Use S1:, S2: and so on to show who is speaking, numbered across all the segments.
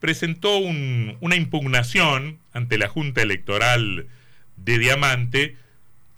S1: presentó un, una impugnación ante la Junta Electoral de Diamante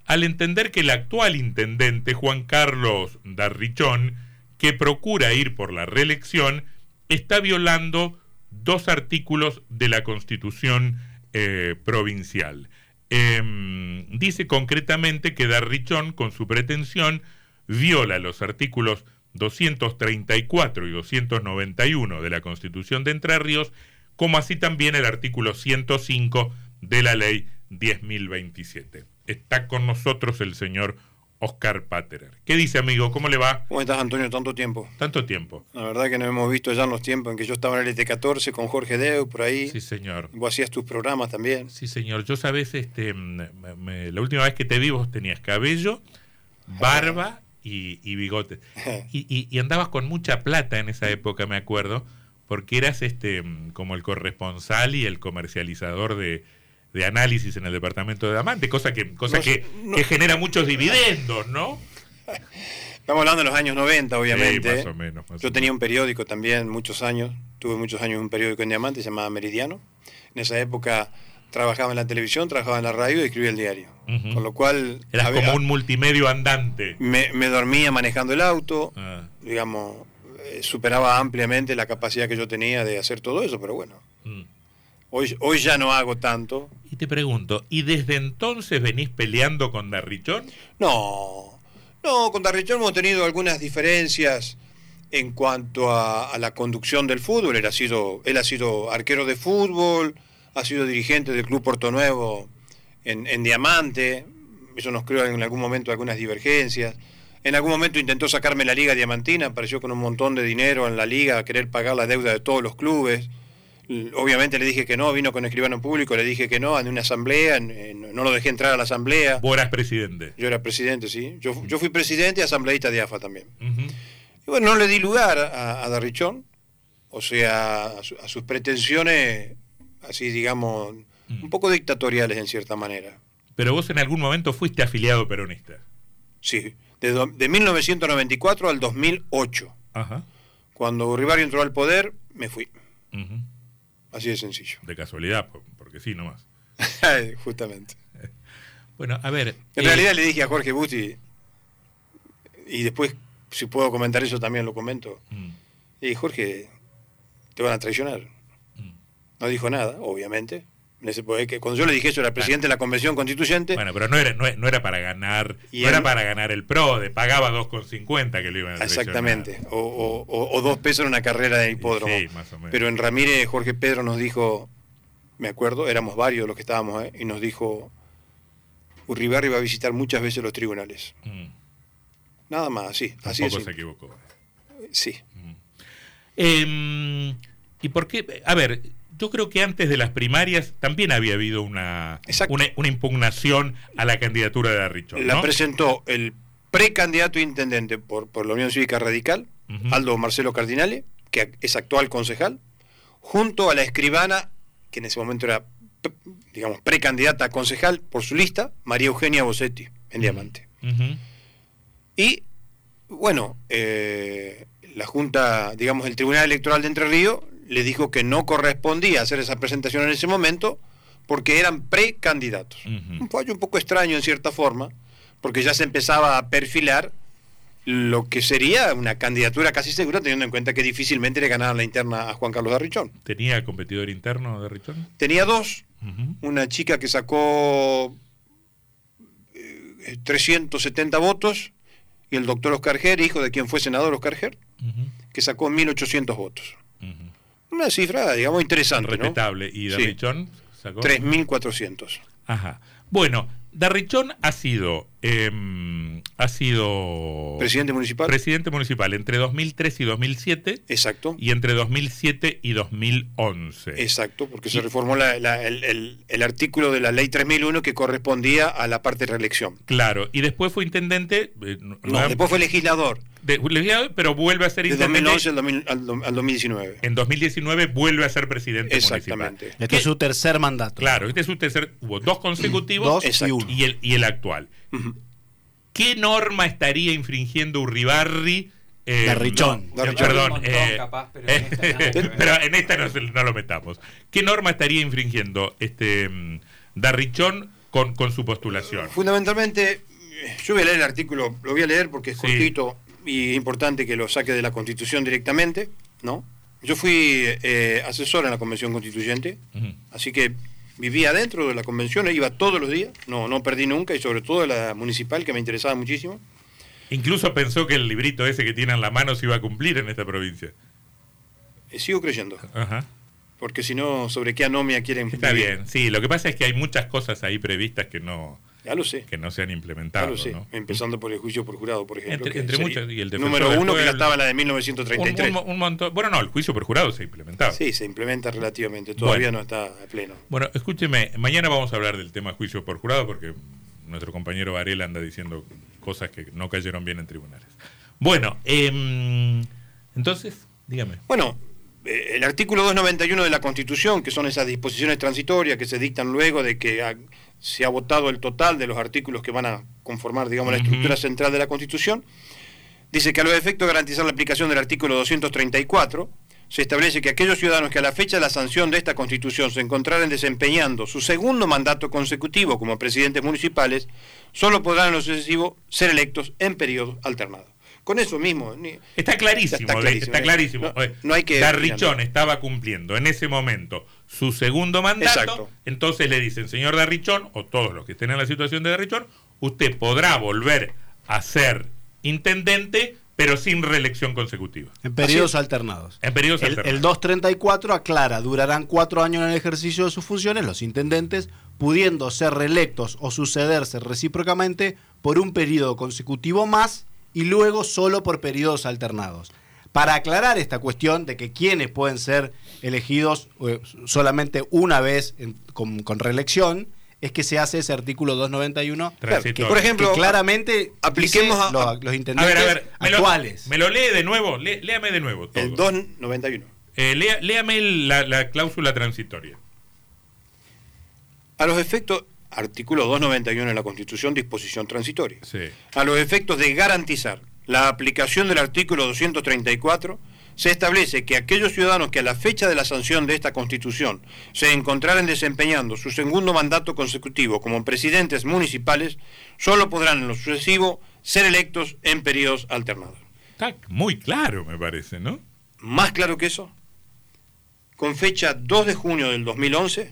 S1: al entender que el actual intendente Juan Carlos Darrichón, que procura ir por la reelección, está violando dos artículos de la Constitución eh, provincial. Eh, dice concretamente que Darrichón, con su pretensión, viola los artículos 234 y 291 de la Constitución de Entre Ríos, como así también el artículo 105 de la Ley 10.027. Está con nosotros el señor Oscar Paterer. ¿Qué dice, amigo? ¿Cómo le va?
S2: ¿Cómo estás, Antonio? Tanto tiempo.
S1: Tanto tiempo.
S2: La verdad que nos hemos visto ya en los tiempos en que yo estaba en el ET14 con Jorge Deu, por ahí.
S1: Sí, señor.
S2: Vos hacías tus programas también.
S1: Sí, señor. Yo sabes, este, me, me, la última vez que te vi vos tenías cabello, barba y, y bigote. Y, y, y, andabas con mucha plata en esa época, me acuerdo, porque eras este como el corresponsal y el comercializador de, de análisis en el departamento de Damante, cosa que, cosa no, que, no, que, genera muchos dividendos, ¿no?
S2: Estamos hablando de los años 90, obviamente.
S1: Sí, más o menos. Más
S2: Yo tenía un periódico también, muchos años, tuve muchos años un periódico en Diamante, se llamaba Meridiano. En esa época trabajaba en la televisión, trabajaba en la radio y escribía el diario. Uh -huh. Con lo cual...
S1: Eras había, como un multimedio andante.
S2: Me, me dormía manejando el auto, ah. digamos, eh, superaba ampliamente la capacidad que yo tenía de hacer todo eso, pero bueno. Mm. Hoy, hoy, ya no hago tanto.
S1: Y te pregunto, ¿y desde entonces venís peleando con Darrichón?
S2: No, no, con Darrichón hemos tenido algunas diferencias en cuanto a, a la conducción del fútbol. Él ha, sido, él ha sido arquero de fútbol, ha sido dirigente del Club Porto Nuevo en, en Diamante. Eso nos creó en algún momento algunas divergencias. En algún momento intentó sacarme la Liga Diamantina, apareció con un montón de dinero en la Liga a querer pagar la deuda de todos los clubes obviamente le dije que no, vino con escribano público, le dije que no, en una asamblea, no lo dejé entrar a la asamblea.
S1: Vos eras presidente.
S2: Yo era presidente, sí. Yo, yo fui presidente y asambleísta de AFA también. Uh -huh. Y bueno, no le di lugar a, a Darrichón, o sea, a, su, a, sus pretensiones, así digamos, uh -huh. un poco dictatoriales en cierta manera.
S1: Pero vos en algún momento fuiste afiliado peronista.
S2: Sí, de, do, de 1994 al 2008. Ajá. Cuando Uribarri entró al poder, me fui. Uh -huh. Así de sencillo.
S1: De casualidad, porque sí, nomás.
S2: Justamente.
S1: Bueno, a ver.
S2: En eh... realidad le dije a Jorge Busti, y después, si puedo comentar eso, también lo comento. Mm. Y Jorge, te van a traicionar. Mm. No dijo nada, obviamente. Cuando yo le dije eso, era presidente claro. de la Convención Constituyente.
S1: Bueno, pero no era, no, no era para ganar y no él... era para ganar el PRODE, pagaba 2,50 que lo iban a
S2: Exactamente, o, o, o, o, dos pesos en una carrera de hipódromo. Sí, más o menos. Pero en Ramírez, Jorge Pedro nos dijo, me acuerdo, éramos varios los que estábamos, ¿eh? y nos dijo, Urribarri va a visitar muchas veces los tribunales. Mm. Nada más, así. así
S1: Tampoco se equivocó.
S2: Sí.
S1: Mm. Eh, ¿Y por qué? A ver, yo creo que antes de las primarias también había habido una, una, una, impugnación a la candidatura de Darrichón.
S2: ¿no? La presentó el precandidato intendente por, por la Unión Cívica Radical, uh -huh. Aldo Marcelo Cardinale, que es actual concejal, junto a la escribana, que en ese momento era, digamos, precandidata a concejal por su lista, María Eugenia Bossetti, en uh -huh. Diamante. Uh -huh. Y, bueno, eh, la Junta, digamos, el Tribunal Electoral de Entre Ríos le dijo que no correspondía hacer esa presentación en ese momento porque eran precandidatos. Uh -huh. Un fallo un poco extraño en cierta forma, porque ya se empezaba a perfilar lo que sería una candidatura casi segura, teniendo en cuenta que difícilmente le ganaban la interna a Juan Carlos Darrichón.
S1: ¿Tenía competidor interno Darrichón?
S2: Tenía dos. Uh -huh. Una chica que sacó eh, 370 votos y el doctor Oscar Ger, hijo de quien fue senador Oscar Ger, uh -huh. que sacó 1.800 votos una cifra, digamos, interesante.
S1: Respetable.
S2: ¿no?
S1: ¿Y Darrichón
S2: sí. sacó? 3.400.
S1: Ajá. Bueno, Darrichón ha sido. Eh, ha sido.
S2: Presidente municipal.
S1: Presidente municipal entre 2003 y 2007.
S2: Exacto.
S1: Y entre 2007 y 2011.
S2: Exacto, porque y... se reformó la, la, el, el, el, artículo de la ley 3001 que correspondía a la parte de reelección.
S1: Claro, y después fue intendente.
S2: Eh, no, no, después fue legislador.
S1: De, legislador, pero vuelve a ser
S2: intendente. De 2011 al, 2000, al, al, 2019.
S1: En 2019 vuelve a ser presidente
S2: Exactamente.
S3: Municipal. Este es su tercer mandato.
S1: Claro, este es su tercer. Hubo dos consecutivos
S2: dos y, uno.
S1: y, el, y el actual. Uh -huh. ¿Qué norma estaría infringiendo Urribarri Eh,
S3: Garrichón.
S1: no, eh,
S2: Garrichón.
S1: perdón.
S4: Un montón,
S1: eh,
S4: capaz, pero en esta no, porque-
S1: pero en esta no, se- no lo metamos. ¿Qué norma estaría infringiendo este mm, Darrichón con, con su postulación?
S2: Fundamentalmente, eh, yo voy a leer el artículo, lo voy a leer porque es
S1: Sí.
S2: cortito y es importante que lo saque de la Constitución directamente, ¿no? Yo fui eh, asesor en la Convención Constituyente,
S1: Ujú.
S2: así que vivía dentro de la convención, iba todos los días, no, no perdí nunca, y sobre todo la municipal, que me interesaba muchísimo.
S1: Incluso pensó que el librito ese que tiene en la mano se iba a cumplir en esta provincia.
S2: Eh, sigo creyendo,
S1: Ajá.
S2: porque si no, ¿sobre qué anomia quieren?
S1: Está
S2: vivir?
S1: bien, sí. Lo que pasa es que hay muchas cosas ahí previstas que no,
S2: Ya lo sé.
S1: que no se han
S2: Ya
S1: implementado.
S2: lo sé,
S1: ¿no?
S2: empezando por el juicio por jurado, por ejemplo.
S1: Entre-
S2: que
S1: entre
S2: sería-
S1: muchas, y el defensor
S2: número
S1: del
S2: uno, que
S1: pueblo.
S2: ya estaba en la de
S1: Un,
S2: 1933.
S1: un mo- un montón. Bueno, no, el juicio por jurado se ha implementado.
S2: Sí, se implementa relativamente, todavía
S1: Bueno.
S2: no está a pleno.
S1: Bueno, escúcheme, mañana vamos a hablar del tema juicio por jurado porque nuestro compañero Varela anda diciendo cosas que no cayeron bien en tribunales. Bueno, em, entonces, dígame.
S2: Bueno, eh, el artículo 291 de la Constitución, que son esas disposiciones transitorias que se dictan luego de que ha- se ha votado el total de los artículos que van a conformar, digamos, la
S1: Ujú.
S2: estructura central de la Constitución, dice que a los efectos de garantizar la aplicación del artículo 234, se establece que aquellos ciudadanos que a la fecha de la sanción de esta Constitución se encontraren desempeñando su segundo mandato consecutivo como presidentes municipales, solo podrán en lo sucesivo ser electos en periodos alternados. Con eso mismo, ni-
S1: Está clarísimo,
S2: Está
S1: está
S2: clarísimo,
S1: clarísimo.
S2: eh. No-
S1: Eh,
S2: no hay que-
S1: Darrichón estaba cumpliendo en ese momento su segundo mandato.
S2: Exacto.
S1: Entonces le dicen, señor Darrichón, o todos los que estén en la situación de Darrichón, usted podrá volver a ser intendente, pero sin reelección consecutiva.
S3: En periodos alternados.
S1: En periodos
S3: El,
S1: alternados.
S3: el 234 aclara, durarán cuatro años en el ejercicio de sus funciones los intendentes, pudiendo ser reelectos o sucederse recíprocamente por un periodo consecutivo más y luego solo por periodos alternados. Para aclarar esta cuestión de que quienes pueden ser elegidos eh, solamente una vez en- con, con reelección, es que se hace ese artículo 291
S1: Transitorio.
S2: por ejemplo,
S3: que claramente
S2: apliquemos
S3: dice
S2: a-
S3: lo-
S2: a-
S3: los,
S1: A
S3: intendentes
S1: ver, a ver, me lo,
S3: actuales.
S1: me lo lee de nuevo, lé- léame de nuevo todo.
S2: el 291.
S1: Eh, lea- léame el- la, la cláusula transitoria.
S2: A los efectos, artículo 291 de la Constitución, disposición transitoria.
S1: Sí.
S2: A los efectos de garantizar la aplicación del artículo 234, se establece que aquellos ciudadanos que a la fecha de la sanción de esta Constitución se encontraren desempeñando su segundo mandato consecutivo como presidentes municipales, solo podrán en lo sucesivo ser electos en periodos alternados.
S1: Está muy claro, me parece, ¿no?
S2: Más claro que eso, con fecha 2 de junio del 2011,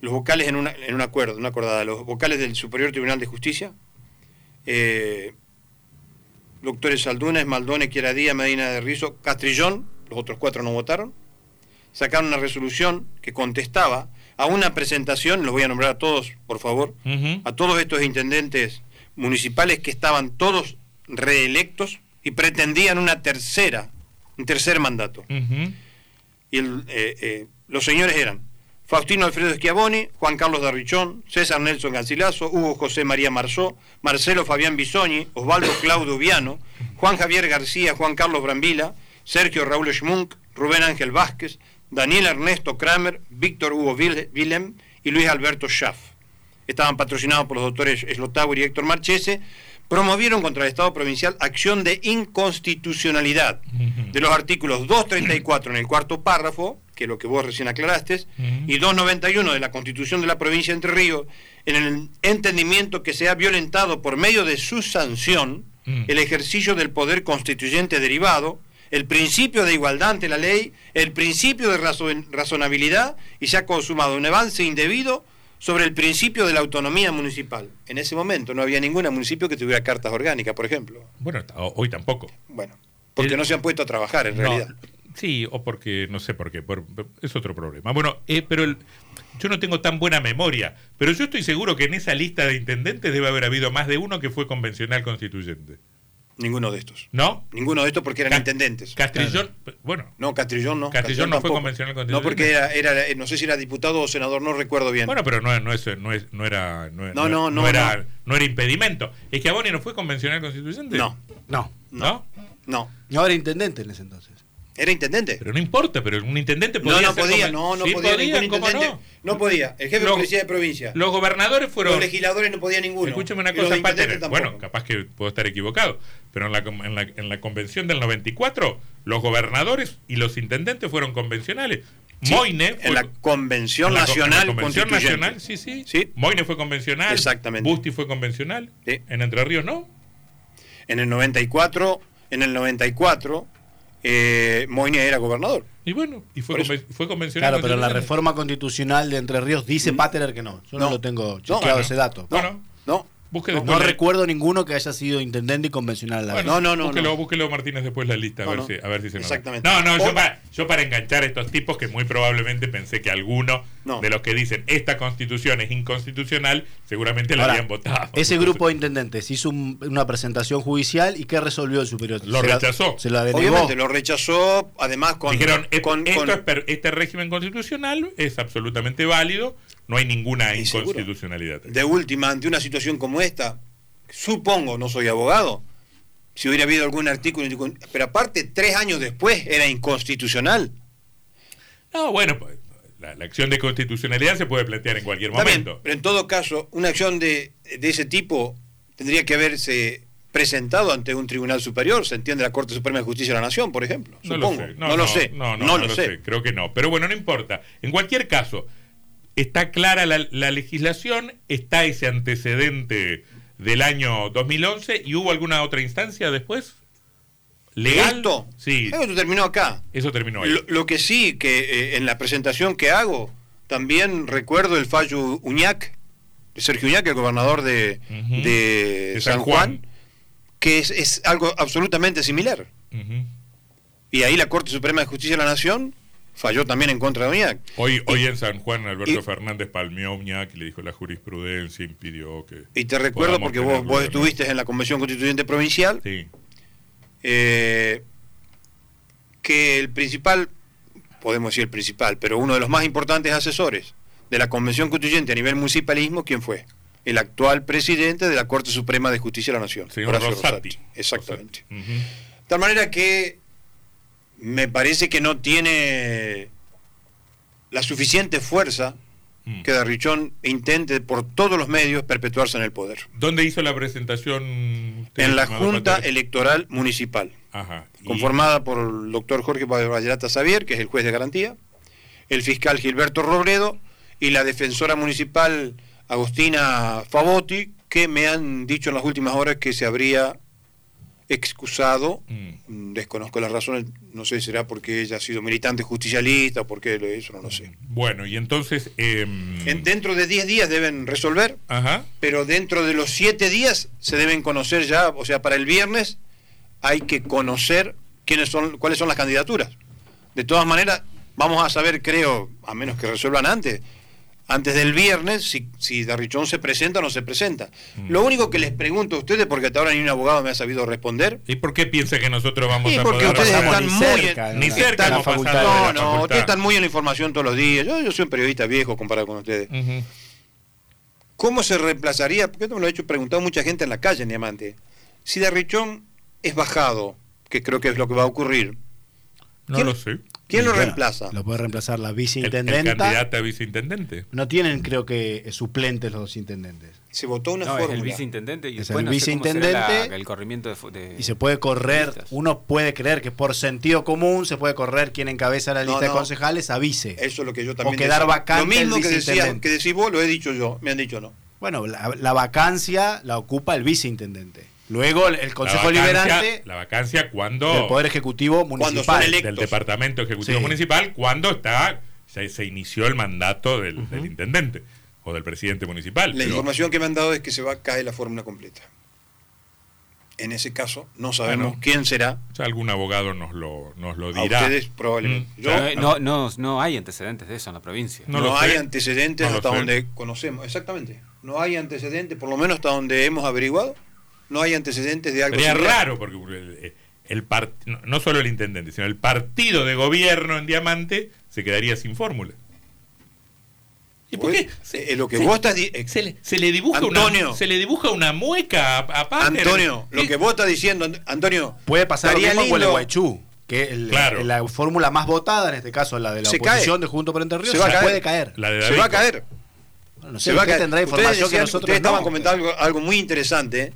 S2: los vocales en, una, en un acuerdo, una acordada, los vocales del Superior Tribunal de Justicia, eh, doctores Saldunes, Maldone, Quieradía, Medina de Rizo, Castrillón, los otros cuatro no votaron, sacaron una resolución que contestaba a una presentación, los voy a nombrar a todos, por favor,
S1: Ujú.
S2: a todos estos intendentes municipales que estaban todos reelectos y pretendían una tercera, un tercer mandato.
S1: Ujú.
S2: Y el, eh, eh, los señores eran Faustino Alfredo Schiavoni, Juan Carlos Darrichón, César Nelson Gancilazo, Hugo José María Marzó, Marcelo Fabián Bisogni, Osvaldo Claudio Viano, Juan Javier García, Juan Carlos Brambila, Sergio Raúl Schmunk, Rubén Ángel Vázquez, Daniel Ernesto Kramer, Víctor Hugo Wil- Willem y Luis Alberto Schaff estaban patrocinados por los doctores Slotaur y Héctor Marchese, promovieron contra el Estado provincial acción de inconstitucionalidad
S1: Ujú.
S2: de los artículos 234 en el cuarto párrafo, que es lo que vos recién aclaraste, y 291 de la Constitución de la provincia de Entre Ríos, en el entendimiento que se ha violentado por medio de su sanción
S1: Mm.
S2: el ejercicio del poder constituyente derivado, el principio de igualdad ante la ley, el principio de razo- razonabilidad y se ha consumado un avance indebido sobre el principio de la autonomía municipal. En ese momento no había ningún municipio que tuviera cartas orgánicas, por ejemplo.
S1: Bueno, ta- hoy tampoco.
S2: Bueno, porque
S1: El-
S2: no se han puesto a trabajar en
S1: No,
S2: realidad.
S1: sí, o porque, no sé por qué, por- es otro problema. Bueno, eh, pero el- yo no tengo tan buena memoria, pero yo estoy seguro que en esa lista de intendentes debe haber habido más de uno que fue convencional constituyente.
S2: Ninguno de estos.
S1: ¿no?
S2: Ninguno de estos porque eran
S1: Ca-
S2: intendentes.
S1: Castrillón, bueno,
S2: No, Castrillón no.
S1: Castrillón no fue
S2: tampoco.
S1: convencional
S2: No,
S1: constituyente.
S2: porque era, era, eh, no sé si era diputado o senador, no recuerdo bien.
S1: Bueno, pero no, no, es, no, es- no era. No,
S2: No, no, no,
S1: era,
S2: no.
S1: no era impedimento. ¿Es que Aboni no fue convencional constituyente?
S2: no,
S3: No.
S1: ¿No?
S2: no.
S3: No era intendente en ese entonces.
S2: Era intendente.
S1: Pero no importa, pero un intendente
S2: No,
S1: podía
S2: no
S1: ser
S2: podía,
S1: conven-
S2: no, no
S1: Sí,
S2: podía, ningún
S1: ¿cómo
S2: intendente. No?
S1: no?
S2: podía. El jefe
S1: Los-
S2: de policía de provincia.
S1: Los gobernadores
S2: Los
S1: fueron.
S2: legisladores no podía ninguno.
S1: Escúchame una
S2: Y los
S1: cosa,
S2: intendentes
S1: Pater.
S2: tampoco.
S1: Bueno, capaz que puedo estar equivocado, pero en la, com- en, la, en la convención del 94, los gobernadores y los intendentes fueron convencionales.
S2: Sí,
S1: Moine fue,
S2: en la Convención
S1: en la co- en la
S2: Nacional
S1: Convención
S2: Constituyente.
S1: Nacional, sí, sí,
S2: Sí.
S1: Moine fue convencional.
S2: Exactamente.
S1: Busti fue convencional.
S2: Sí.
S1: En Entre Ríos no.
S2: En el 94, en el 94 eh, Moine era gobernador.
S1: Y bueno, y fue,
S2: Por eso.
S1: conven- fue convencional.
S3: Claro, pero en la
S1: nacional.
S3: reforma constitucional de Entre Ríos dice Paterer que no. Yo no,
S2: No.
S3: lo tengo
S2: No,
S3: chequeado
S1: no.
S3: ese dato. No,
S1: Bueno,
S2: No.
S1: busque
S2: No,
S1: después la-
S3: recuerdo ninguno que haya sido intendente y convencional a la vez.
S1: Bueno,
S2: No, no, no,
S1: Búsquelo,
S2: no.
S1: búsquelo, Martínez después la lista, a,
S2: No,
S1: ver,
S2: no.
S1: Si, a ver si se me da.
S2: Exactamente.
S1: No, no, yo,
S2: O-
S1: para, yo para enganchar a estos tipos que muy probablemente pensé que alguno
S2: No.
S1: de los que dicen esta constitución es inconstitucional, seguramente la
S3: Ahora,
S1: habían votado.
S3: Ese
S1: Entonces,
S3: grupo de intendentes hizo un- una presentación judicial y ¿qué resolvió el superior?
S1: Lo
S3: Se la-
S1: rechazó.
S3: se la denegó.
S2: Obviamente lo rechazó, además con.
S1: dijeron, "E-
S2: con-
S1: esto
S2: con-
S1: es per- este régimen constitucional es absolutamente válido, no hay ninguna
S2: Sí, seguro.
S1: inconstitucionalidad.
S2: de última, ante una situación como esta, supongo, no soy abogado, si hubiera habido algún artículo. Pero aparte, tres años después era inconstitucional.
S1: No, bueno, pues, la, la acción de constitucionalidad se puede plantear en cualquier
S2: Está bien,
S1: momento.
S2: pero en todo caso, una acción de, de ese tipo tendría que haberse presentado ante un tribunal superior, se entiende la Corte Suprema de Justicia de la Nación, por ejemplo.
S1: No
S2: supongo.
S1: lo sé.
S2: No, lo sé.
S1: No, no, no lo sé. Creo que no. Pero bueno, no importa. En cualquier caso, está clara la, la legislación, está ese antecedente del año 2011 y hubo alguna otra instancia después. ¿Legal?
S2: ¿Esto?
S1: Sí,
S2: Esto terminó acá.
S1: eso terminó ahí.
S2: Lo, lo que sí, que eh, en la presentación que hago, también recuerdo el fallo Uñac, de Sergio Uñac, el gobernador de,
S1: Ujú.
S2: de
S1: De San
S2: San
S1: Juan.
S2: Juan, que es, es algo absolutamente similar.
S1: Ujú.
S2: Y ahí la Corte Suprema de Justicia de la Nación falló también en contra de Uñac.
S1: Hoy, hoy en San Juan, Alberto
S2: y-
S1: Fernández palmeó Uñac y le dijo la jurisprudencia impidió que.
S2: Y te recuerdo
S1: podamos
S2: porque
S1: tener
S2: vos, vos
S1: gobierno.
S2: estuviste en la Convención Constituyente Provincial,
S1: Sí.
S2: eh, que el principal, podemos decir el principal, pero uno de los más importantes asesores de la Convención Constituyente a nivel municipalismo, ¿quién fue? El actual presidente de la Corte Suprema de Justicia de la Nación.
S1: Señor
S2: Horacio
S1: Rosati.
S2: Rosati. Exactamente.
S1: Rosati. Ujú.
S2: De tal manera que me parece que no tiene la suficiente fuerza
S1: Mm.
S2: que Darrichón intente por todos los medios perpetuarse en el poder.
S1: ¿Dónde hizo la presentación?
S2: en la
S1: estimado
S2: Junta
S1: Pater?
S2: Electoral Municipal,
S1: Ajá. Y-
S2: conformada por el doctor Jorge Vallerata Xavier, que es el juez de garantía, el fiscal Gilberto Robledo y la defensora municipal Agostina Favotti, que me han dicho en las últimas horas que se habría excusado.
S1: Mm.
S2: Mm, Desconozco las razones, no sé si será porque ella ha sido militante justicialista o porque eso no lo sé.
S1: Bueno, y entonces. em,
S2: En- dentro de 10 días deben resolver
S1: Ajá.
S2: pero dentro de los siete días se deben conocer ya, o sea, para el viernes hay que conocer quiénes son, cuáles son las candidaturas. De todas maneras, vamos a saber, creo, a menos que resuelvan antes, antes del viernes, si, si Darrichón se presenta o no se presenta. Lo único que les pregunto a ustedes, porque hasta ahora ni un abogado me ha sabido responder,
S1: ¿Y por qué piensa que nosotros vamos
S2: Sí,
S1: a
S2: porque
S1: poder
S2: ustedes
S1: avanzar?
S2: están muy
S1: en- ni
S3: una-
S1: cerca
S3: en la
S1: hemos pasado
S3: facultad.
S1: de la
S2: no,
S3: No,
S2: no,
S1: facultad.
S2: ustedes están muy en la información todos los días. Yo, yo soy un periodista viejo comparado con ustedes.
S1: Ujú.
S2: ¿Cómo se reemplazaría? Porque esto me lo ha hecho preguntado mucha gente en la calle en Diamante. Si Darrichón es bajado, que creo que es lo que va a ocurrir,
S1: No
S2: ¿Quién-
S1: lo sé.
S2: ¿quién
S3: Y
S2: lo
S3: bueno,
S2: reemplaza?
S3: Lo puede reemplazar la
S1: El, el
S3: viceintendenta.
S1: candidato a viceintendente.
S3: no tienen, creo que, eh, suplentes los dos intendentes.
S2: Se votó una
S4: No, es el
S2: fórmula.
S4: viceintendente y
S3: Es
S4: después
S3: el
S4: no sé cómo será la-
S3: viceintendente.
S4: el corrimiento de, fu- de-
S3: Y se puede correr,
S4: listas.
S3: uno puede creer que por sentido común se puede correr quien encabeza la
S2: No,
S3: lista de
S2: no.
S3: concejales, avise.
S2: Eso es lo que yo también.
S3: O quedar
S2: decía.
S3: vacante
S2: Lo mismo
S3: el
S2: que, decía,
S3: viceintendente.
S2: que decís vos, lo he dicho yo. Me han dicho no.
S3: Bueno, la, la vacancia la ocupa el viceintendente. Luego el, el Consejo
S1: la vacancia,
S3: Liberante
S1: La vacancia
S3: del
S1: cuando.
S3: Poder Ejecutivo
S2: son
S3: Municipal.
S2: electos.
S1: Del Departamento Ejecutivo
S3: Sí.
S1: Municipal, cuando está. Se, se inició el mandato del, del intendente o del presidente municipal.
S2: La
S1: pero-
S2: información que me han dado es que se va a caer la fórmula completa. En ese caso, no sabemos
S1: Bueno.
S2: quién será.
S1: o sea, algún abogado nos lo, nos lo
S2: A
S1: dirá.
S2: ustedes probablemente.
S1: Mm.
S2: Yo-
S4: Pero, eh, no, no, no hay antecedentes de eso en la provincia.
S1: No
S2: No,
S1: lo
S2: hay
S1: sé.
S2: antecedentes
S1: No lo
S2: hasta
S1: sé.
S2: donde conocemos, exactamente. No hay antecedentes, por lo menos hasta donde hemos averiguado, no hay antecedentes de algo.
S1: Sería
S2: similar.
S1: raro, porque el, eh, el part- no, no solo el intendente, sino el partido de gobierno en Diamante se quedaría sin fórmula. ¿Y por qué?
S2: Eh, eh, lo que
S1: se,
S2: vos estás di- eh,
S1: se le, se le dibuja
S2: Antonio.
S1: una se le dibuja una mueca a, a Pater.
S2: Antonio, lo
S1: Sí.
S2: que vos estás diciendo, Ant- Antonio,
S3: Puede pasar lo
S2: estaría
S3: mismo en
S2: lindo-
S3: Gualeguaychú. que el-
S1: Claro.
S3: la fórmula más votada, en este caso la de la
S2: Se
S3: oposición
S2: cae.
S3: de Junto por Entre Ríos,
S2: Se va a
S3: se
S2: caer.
S3: puede caer.
S1: La de
S2: Se va a
S1: Davico.
S2: caer.
S3: Bueno, no sé,
S2: Se va a
S3: usted
S2: caer.
S3: tendrá
S2: Ustedes,
S3: información que
S2: decían-
S3: nosotros
S2: ustedes
S3: no.
S2: estaban comentando algo, algo muy interesante,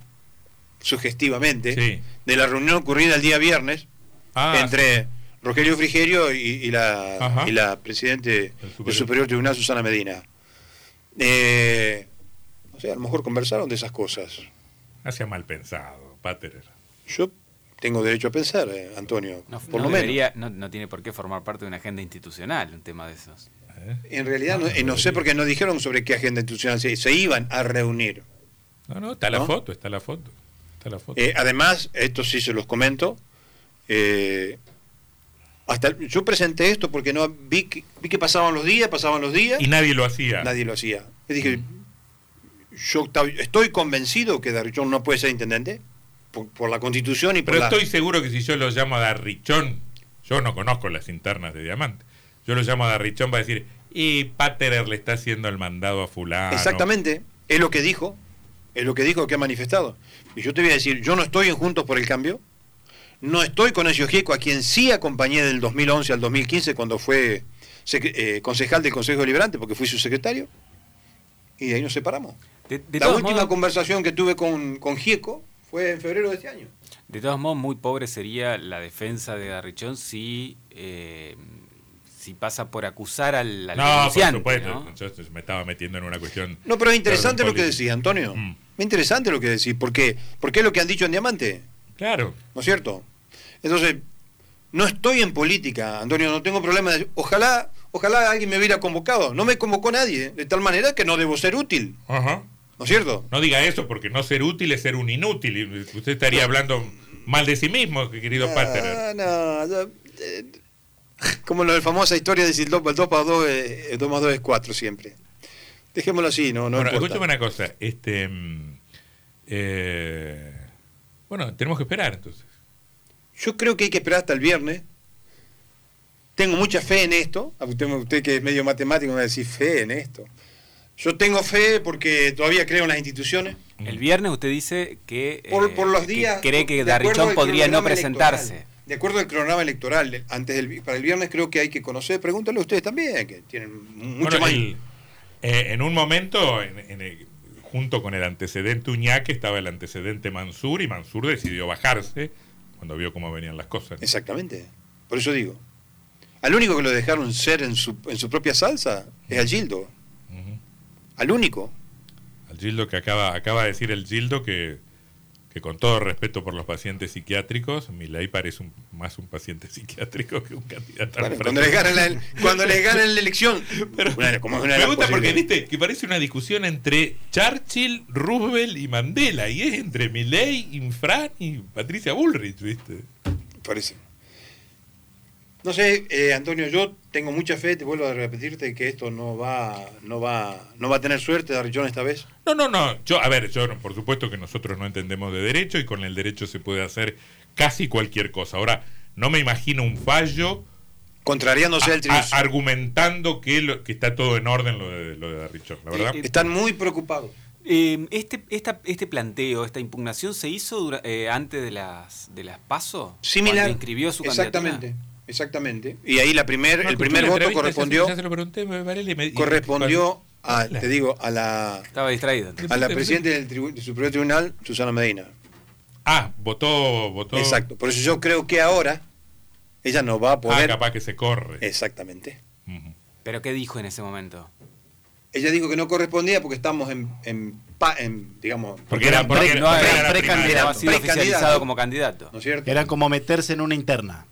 S2: sugestivamente,
S1: Sí.
S2: de la reunión ocurrida el día viernes
S1: Ah,
S2: entre Rogelio Frigerio y, y la,
S1: Ajá.
S2: y la presidente
S1: El superior.
S2: del Superior Tribunal, Susana Medina. Eh, o sea, a lo mejor conversaron de esas cosas.
S1: Hacía mal pensado, Paterer.
S2: Yo tengo derecho a pensar, eh, Antonio,
S4: No,
S2: por lo
S4: no
S2: menos.
S4: debería- no- no tiene por qué formar parte de una agenda institucional un tema de esos.
S1: ¿eh?
S2: En realidad,
S1: No,
S2: no,
S1: no
S2: eh, no sé
S1: debería.
S2: por qué no dijeron sobre qué agenda institucional se, se iban a reunir.
S1: No, no, está la
S2: ¿No?
S1: foto, está la foto. Está la foto.
S2: Eh, además, esto sí se los comento. eh, hasta yo presenté esto porque no vi que, vi que pasaban los días, pasaban los días,
S1: y nadie lo hacía.
S2: nadie lo hacía. Y dije, yo Octavio, estoy convencido que Darrichón no puede ser intendente por, por la Constitución y por
S1: Pero
S2: la-
S1: estoy seguro que si yo lo llamo a Darrichón, yo no conozco las internas de Diamante. Yo lo llamo a Darrichón, va a decir, y Paterer le está haciendo el mandado a fulano.
S2: Exactamente, es lo que dijo, es lo que dijo que ha manifestado. Y yo te voy a decir, yo no estoy en Juntos por el Cambio, no estoy con Ezio Gieco, a quien sí acompañé del 2011 al 2015 cuando fue sec- eh, concejal del Consejo Deliberante, porque fui su secretario, y de ahí nos separamos.
S4: De, de
S2: La
S4: todos
S2: última
S4: modos-
S2: conversación que tuve con, con Gieco fue en febrero de este año.
S4: De todos modos, muy pobre sería la defensa de Garrichón si, eh, si pasa por acusar al, al
S1: No, por
S4: denunciante,
S1: supuesto.
S4: ¿no?
S1: Yo me estaba metiendo en una cuestión.
S2: No, pero es interesante
S1: Perdón,
S2: lo que
S1: política.
S2: decís, Antonio.
S1: Mm.
S2: Interesante lo que decís, porque, porque es lo que han dicho en Diamante.
S1: Claro.
S2: ¿no es cierto? Entonces, no estoy en política, Antonio, no tengo problema. de- Ojalá, ojalá alguien me hubiera convocado. No me convocó nadie, de tal manera que no debo ser útil,
S1: Ajá.
S2: ¿no es cierto?
S1: No diga eso porque no ser útil es ser un inútil. y Usted estaría hablando mal de sí mismo, querido Paterer.
S2: Ah, no, yo, eh, como la famosa historia de decir 2 más 2 es 4 siempre. Dejémoslo así, no, no
S1: bueno,
S2: importa.
S1: escúchame una cosa. Este, mm, eh, bueno, tenemos que esperar entonces.
S2: Yo creo que hay que esperar hasta el viernes. Tengo mucha fe en esto. A Usted, usted que es medio matemático me va a decir fe en esto. Yo tengo fe porque todavía creo en las instituciones.
S4: El viernes usted dice que, eh,
S2: Por, por los
S4: que
S2: días.
S4: cree que
S2: de acuerdo
S4: Garrichón
S2: al
S4: podría no
S2: cronograma
S4: presentarse.
S2: electoral, de acuerdo al cronograma electoral, eh, antes del, vi- para el viernes creo que hay que conocer. Pregúntale a ustedes también, que tienen mu- mucho
S1: Bueno,
S2: más.
S1: el- eh, en un momento, en- en el- junto con el antecedente Uñaque, estaba el antecedente Mansur y Mansur decidió bajarse cuando vio cómo venían las cosas. ¿no?
S2: Exactamente. Por eso digo. Al único que lo dejaron ser en su, en su propia salsa es al Gildo.
S1: Ujú.
S2: Al único.
S1: Al Gildo que acaba, acaba de decir el Gildo que, que con todo respeto por los pacientes psiquiátricos, Milei parece un- más un paciente psiquiátrico que un candidato. a la
S2: Bueno, cuando les
S1: presidencia.
S2: ganan la, cuando les ganan la elección.
S1: Pero-
S2: Bueno, como es una de
S1: me
S2: las
S1: gusta porque
S2: posibles-
S1: viste que parece una discusión entre Churchill, Roosevelt y Mandela, y es entre Milley, Infran y Patricia Bullrich, ¿viste?
S2: Parece. No sé, eh, Antonio, yo tengo mucha fe, te vuelvo a repetirte que esto no va, no va, no va a tener suerte Darrichón esta vez.
S1: No, no, no. Yo, a ver, yo no- por supuesto que nosotros no entendemos de derecho y con el derecho se puede hacer casi cualquier cosa. Ahora, no me imagino un fallo
S2: Contrariándose
S4: Ah,
S1: a-
S2: al
S1: a-
S2: triunfo.
S1: argumentando que, lo- que está todo en orden lo de, lo de Darrichón, la verdad.
S4: Eh, eh,
S2: Están muy preocupados.
S4: Eh, este, esta- este planteo, esta impugnación se hizo dura- eh, antes de las, de las PASO.
S2: Similar.
S4: Cuando inscribió su
S2: exactamente,
S4: candidatura.
S2: exactamente. Y ahí la primer,
S1: No,
S2: el
S1: escuché
S2: primer
S1: la
S2: voto
S1: entrevista,
S2: correspondió,
S1: Ya se lo pregunté, me parece, y me- y-
S2: correspondió a,
S1: Hola.
S2: te digo, a la,
S4: Estaba distraído.
S2: a la presidenta del, tribu- del Superior Tribunal, Susana Medina.
S1: Ah, votó, votó.
S2: Exacto. Por eso yo creo que ahora ella no va a
S1: Ah,
S2: poder. Eh,
S1: capaz que se corre.
S2: Exactamente.
S1: Ujú.
S4: ¿Pero qué dijo en ese momento?
S2: Ella dijo que no correspondía porque estamos en, en, pa- en, digamos,
S1: Porque era, porque
S3: pre- no,
S1: porque
S3: era
S1: la primaria.
S3: precandidato.
S4: No ha sido
S2: Precandidato.
S4: oficializado como candidato.
S2: ¿no es cierto?
S3: Era como meterse en una interna.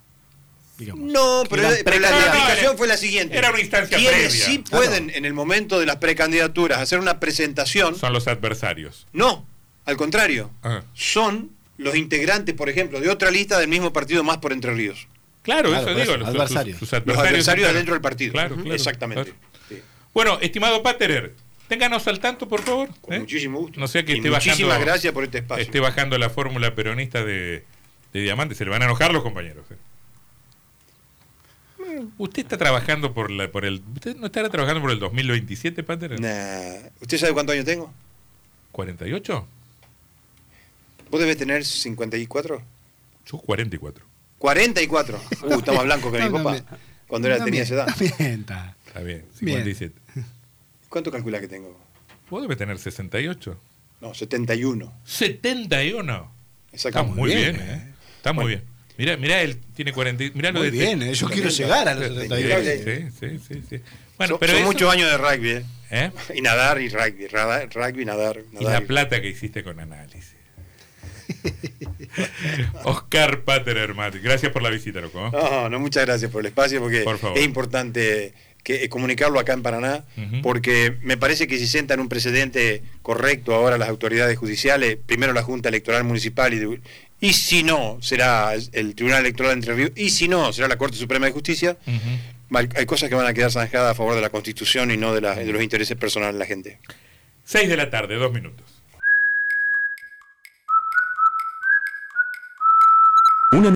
S3: Digamos.
S2: no,
S3: que
S2: pero,
S3: eran
S2: pero la
S1: precandidatos.
S2: explicación fue la siguiente.
S1: Era una instancia
S2: Quienes
S1: previa.
S2: sí
S1: Claro.
S2: pueden en el momento de las precandidaturas hacer una presentación,
S1: Son los adversarios.
S2: no, al contrario,
S1: Ah.
S2: son los integrantes, por ejemplo, de otra lista del mismo partido más por Entre Ríos.
S1: Claro,
S3: Claro,
S1: eso
S3: por
S1: digo.
S3: eso,
S1: los-
S3: adversarios.
S1: sus- sus
S2: Los adversarios
S1: claro.
S2: dentro del partido.
S1: Claro, claro,
S2: Exactamente.
S1: claro.
S2: Sí.
S1: Bueno, estimado Paterer, ténganos al tanto, por favor.
S2: Con
S1: ¿eh?
S2: muchísimo gusto.
S1: No sea que
S2: Y
S1: esté
S2: muchísimas
S1: bajando-
S2: gracias por este espacio.
S1: Esté bajando la fórmula peronista de, de Diamante. Se le van a enojar los compañeros. ¿eh?
S2: Mm.
S1: Usted está trabajando por la, por el, usted no estará trabajando por el 2027, Paterer.
S2: Nah. ¿Usted sabe cuántos años tengo?
S1: ¿48?
S2: ¿Vos debes tener 54?
S1: Yo 44.
S2: 44. Uh, está más blanco que mi
S3: No, no,
S2: papá.
S3: me-
S2: Cuando era,
S3: No
S2: tenía esa edad.
S3: mien- no mienta.
S1: Está bien,
S3: Bien.
S1: 57.
S2: ¿Cuánto calcula que tengo?
S1: Vos debes tener 68.
S2: No, 71.
S1: 71. Está
S2: Exactamente.
S1: muy bien,
S3: bien,
S1: ¿eh? Está muy bien. Mirá, mirá, él tiene 40. y- Mirá lo
S3: Muy
S1: de
S3: bien, eh, yo quiero llegar a los 72.
S1: Sí, sí, sí, sí. Bueno,
S2: Son-
S1: pero
S2: son
S1: eso-
S2: muchos años de rugby, ¿eh?
S1: ¿eh?
S2: Y nadar y rugby. rada- Rugby, nadar.
S1: Y
S2: nadar
S1: la plata que hiciste con análisis. Oscar Pater Hermat, gracias por la visita, loco. ¿eh?
S2: No, no, muchas gracias por el espacio, porque
S1: Por favor.
S2: es importante que, eh, comunicarlo acá en Paraná,
S1: Ujú.
S2: porque me parece que si sentan un precedente correcto ahora las autoridades judiciales, primero la Junta Electoral Municipal, y, de- y si no, será el Tribunal Electoral de Entre Ríos, y si no, será la Corte Suprema de Justicia,
S1: Ujú.
S2: hay, hay cosas que van a quedar zanjadas a favor de la Constitución y no de, la- de los intereses personales de la gente.
S1: 6 de la tarde, dos minutos.